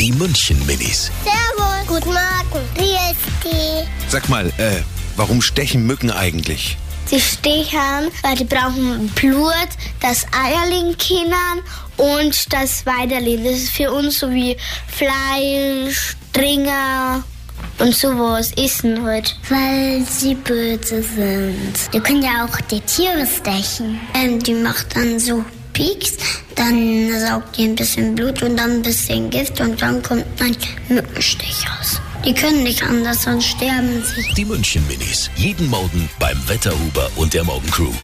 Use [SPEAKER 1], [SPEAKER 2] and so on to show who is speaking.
[SPEAKER 1] Die München Minis.
[SPEAKER 2] Servus. Guten Morgen. Grüß
[SPEAKER 1] Sag mal, äh, warum stechen Mücken eigentlich?
[SPEAKER 2] Sie stechern, weil die brauchen Blut, das Eierling Kindern und das Weiderling. Das ist für uns so wie Fleisch, Stringer und sowas essen halt. Weil sie böse sind. Die können ja auch die Tiere stechen. Ähm, die macht dann so Pieks, dann saugt die ein bisschen Blut und dann ein bisschen Gift und dann kommt ein Mückenstich raus. Die können nicht anders, sonst sterben sie.
[SPEAKER 1] Die München Minis. Jeden Morgen beim Wetterhuber und der Morgencrew.